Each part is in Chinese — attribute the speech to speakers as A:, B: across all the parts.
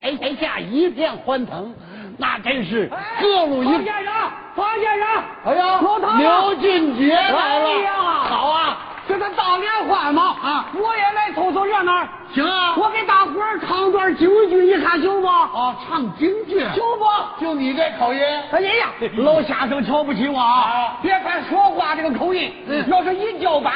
A: 台下哎一片欢腾，那真是各路一。
B: 方哎先生，方先生，
A: 哎呀
B: 老唐，
A: 刘俊杰来了，
B: 哎呀
A: 好啊，
B: 这是大联欢嘛
A: 啊
B: 我也来凑凑热闹。
A: 行啊，
B: 我给大伙儿唱段京剧，你看行不？
A: 啊唱京剧，
B: 行不？
A: 就你这口音，
B: 哎呀呀，
A: 楼下都瞧不起我啊，
B: 别看说话这个口音，
A: 嗯
B: 要是一叫板，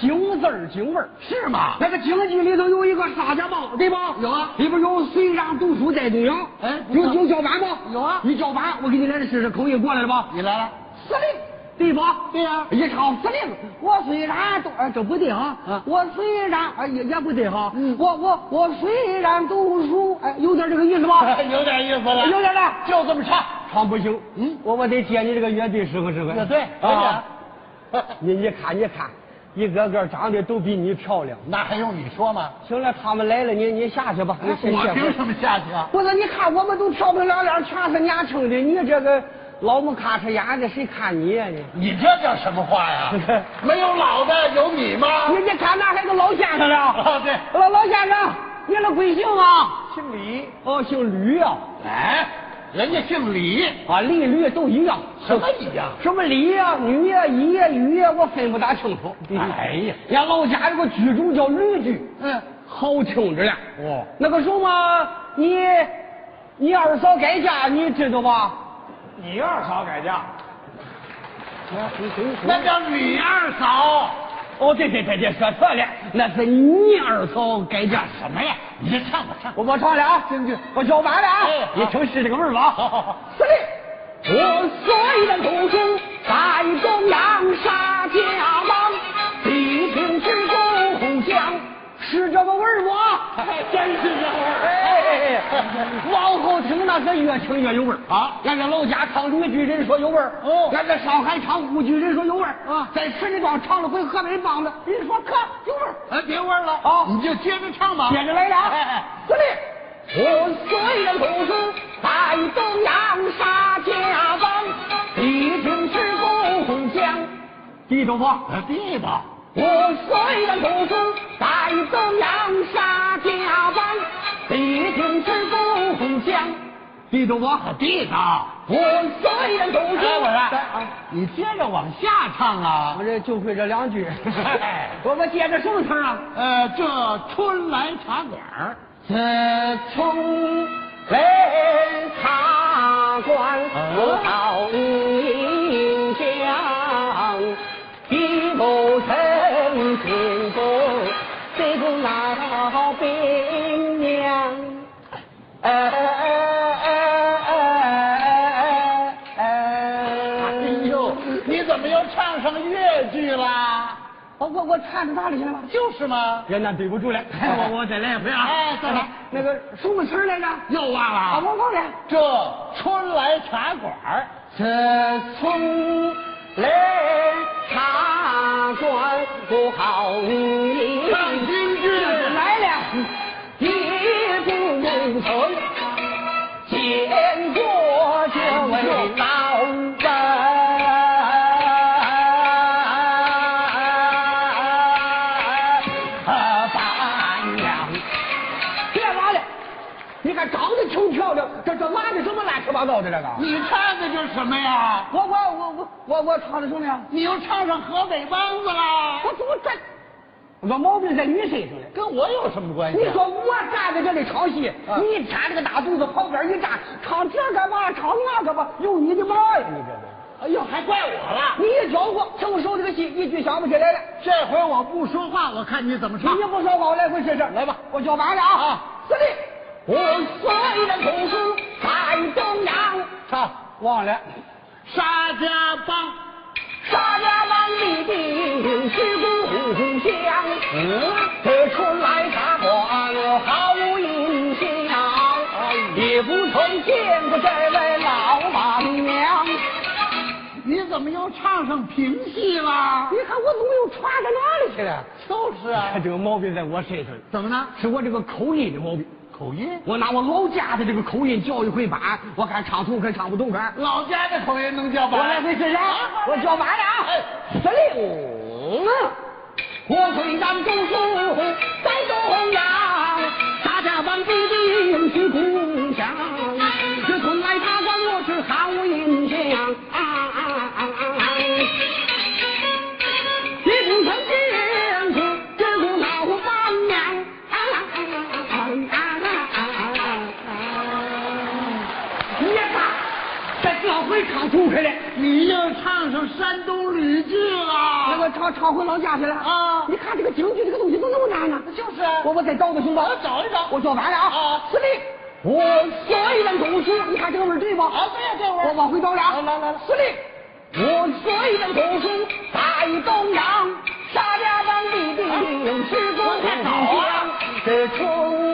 A: 京字儿京味儿是吗？
B: 那个京剧里头有一个沙家浜，对吧？
A: 有啊
B: 里边有水上读书在东阳。
A: 哎不
B: 有
A: 错
B: 有叫板吗？
A: 有啊
B: 你叫板，我给你来试试口音过来了吧？
A: 你来了，
B: 司令，对吧？
A: 对呀
B: 一唱司令，我虽然都哎这不对哈，
A: 啊
B: 我虽然哎也也不对哈，
A: 嗯
B: 我我我虽然读书哎有点这个意思 吧？
A: 有点意思了，
B: 有点了，
A: 就这么唱，
B: 唱不行，
A: 嗯
B: 我我得借你这个乐队使唤使唤。
A: 乐队
B: 啊，
A: 可以啊
B: 你你看你看，一个个长得都比你漂亮。
A: 那还用你说吗？
B: 行了，他们来了，你你下去吧，你先
A: 我
B: 歇会
A: 凭
B: 儿
A: 什么下去啊？
B: 不是，你看我们都漂漂亮亮，全是年轻的，你这个老么咔哧眼的，谁看你呀、你？
A: 你这叫什么话 呀？没有老的有你吗？
B: 你你看那还个老先生 了，
A: 啊，对，
B: 老老先生，你那贵姓啊？
A: 姓李。
B: 哦，姓吕呀、
A: 哎，人家姓李，
B: 啊，李吕都一样，
A: 什么李呀、
B: 什么李呀、吕呀、乙呀、吕呀，啊我分不大清楚。
A: 哎呀
B: 人家老家有个剧种叫吕剧，
A: 嗯，
B: 好听着了。
A: 哦
B: 那个什么，你你二嫂改嫁，你知道吧？
A: 你二嫂改嫁，
B: 行行
A: 那叫啊李二嫂。
B: 哦，对对对对，说错了，那是你二嫂改嫁。
A: 什么呀？你这唱吧唱。
B: 我我唱了啊，京剧，我叫完了啊
A: 哎，
B: 你
A: 好
B: 听是这个味儿吧？
A: 好好好
B: 司令，我虽然读书在中央沙家浜，地平之故乡，是这个味儿不？
A: 真是这味
B: 哎，往后听那是越听越有味儿
A: 啊
B: 俺这老家唱吕剧人说有味儿，
A: 哦
B: 俺这上海唱沪剧人说有味儿
A: 啊
B: 在石家庄唱了回河北梆子，人说可有味儿。
A: 哎，别味儿了
B: 啊
A: 你就接着唱吧。
B: 接着来了
A: 哎哎
B: 啊，司令。我虽然读书在东阳沙家浜，一听是故乡，记住不？
A: 哎对吧？
B: 我虽然读书在东阳沙家浜，一听是故乡，记住不？
A: 啊地道。
B: 我虽然读书
A: 哎，我
B: 在
A: 说
B: 啊，
A: 你接着往下唱啊
B: 我。这就会这两句
A: 哎，
B: 我们接着什么词儿啊？
A: 呃，这春来茶馆儿
B: 自从来茶馆到临江，一不成进步，这个老兵娘。哎哎
A: 哎呦，你怎么又唱上越剧啦？
B: 我我我唱到哪里去了吧？
A: 就是嘛，
B: 人家对不住了，
A: 我我
B: 再来一回
A: 啊
B: 哎，再来那个什么词儿来着？
A: 又忘了
B: 啊，
A: 啊。
B: 我忘了。
A: 这春来茶馆儿
B: 自从来茶馆不好你
A: 唱京剧，
B: 来了，一不成，见过这位老人。
A: 伴啊娘，
B: 别拉了，你看长得挺漂亮，这这拉的什么乱七八糟的这个？
A: 你唱的就是什么呀？
B: 我我我我我我唱的什么呀？
A: 你又唱上河北梆子啦
B: 我？怎么这我毛病在你身上了？
A: 跟我有什么关系
B: 你
A: 啊？
B: 说我站在这里唱戏，
A: 啊
B: 你掐着个大肚子旁边一站，唱这干嘛？唱那干嘛？有你的妈呀！你这个，
A: 哎呦，还怪我了。
B: 你一搅和，听手这个戏一句想不起来了。
A: 这回我不说话，我看你怎么唱
B: 你。不说话，啊我来回试试。
A: 来吧
B: 我叫完了啊！
A: 啊
B: 司令，我虽然读书在东阳，
A: 唱
B: 忘了
A: 沙家浜，
B: 沙家浜里的是故乡，
A: 嗯，
B: 这春来茶馆好印象。
A: 哎
B: 也不曾见过这位老板娘。
A: 你怎么又唱上评戏啦？
B: 你看我怎么又传到哪里去了？
A: 就是啊，
B: 这个毛病在我身上，
A: 怎么呢？
B: 是我这个口音的毛病。
A: 口音，
B: 我拿我老家的这个口音教育回板，我看唱痛快唱不痛快。
A: 老家的口音能叫
B: 我
A: 板？
B: 来回试试啊，我教板了啊
A: 哎，
B: 司令。我虽然读书在东阳，大家望地的是故回唱出去了，
A: 你又唱上山东吕剧啊
B: 那
A: 了
B: 个唱唱回老家去了
A: 啊
B: 你看这个京剧这个东西怎么那么难呢、
A: 就是
B: 我
A: 我
B: 我再找找行吧？
A: 我找一找
B: 我叫完了啊
A: 啊！
B: 兄弟，我虽然同学，你看这个味儿对吧？
A: 啊，对呀，这会
B: 我
A: 儿
B: 往回找俩。
A: 来来来来
B: 司令，我虽然同学在东阳，沙家浜地定定是公
A: 我看好啊
B: 这春啊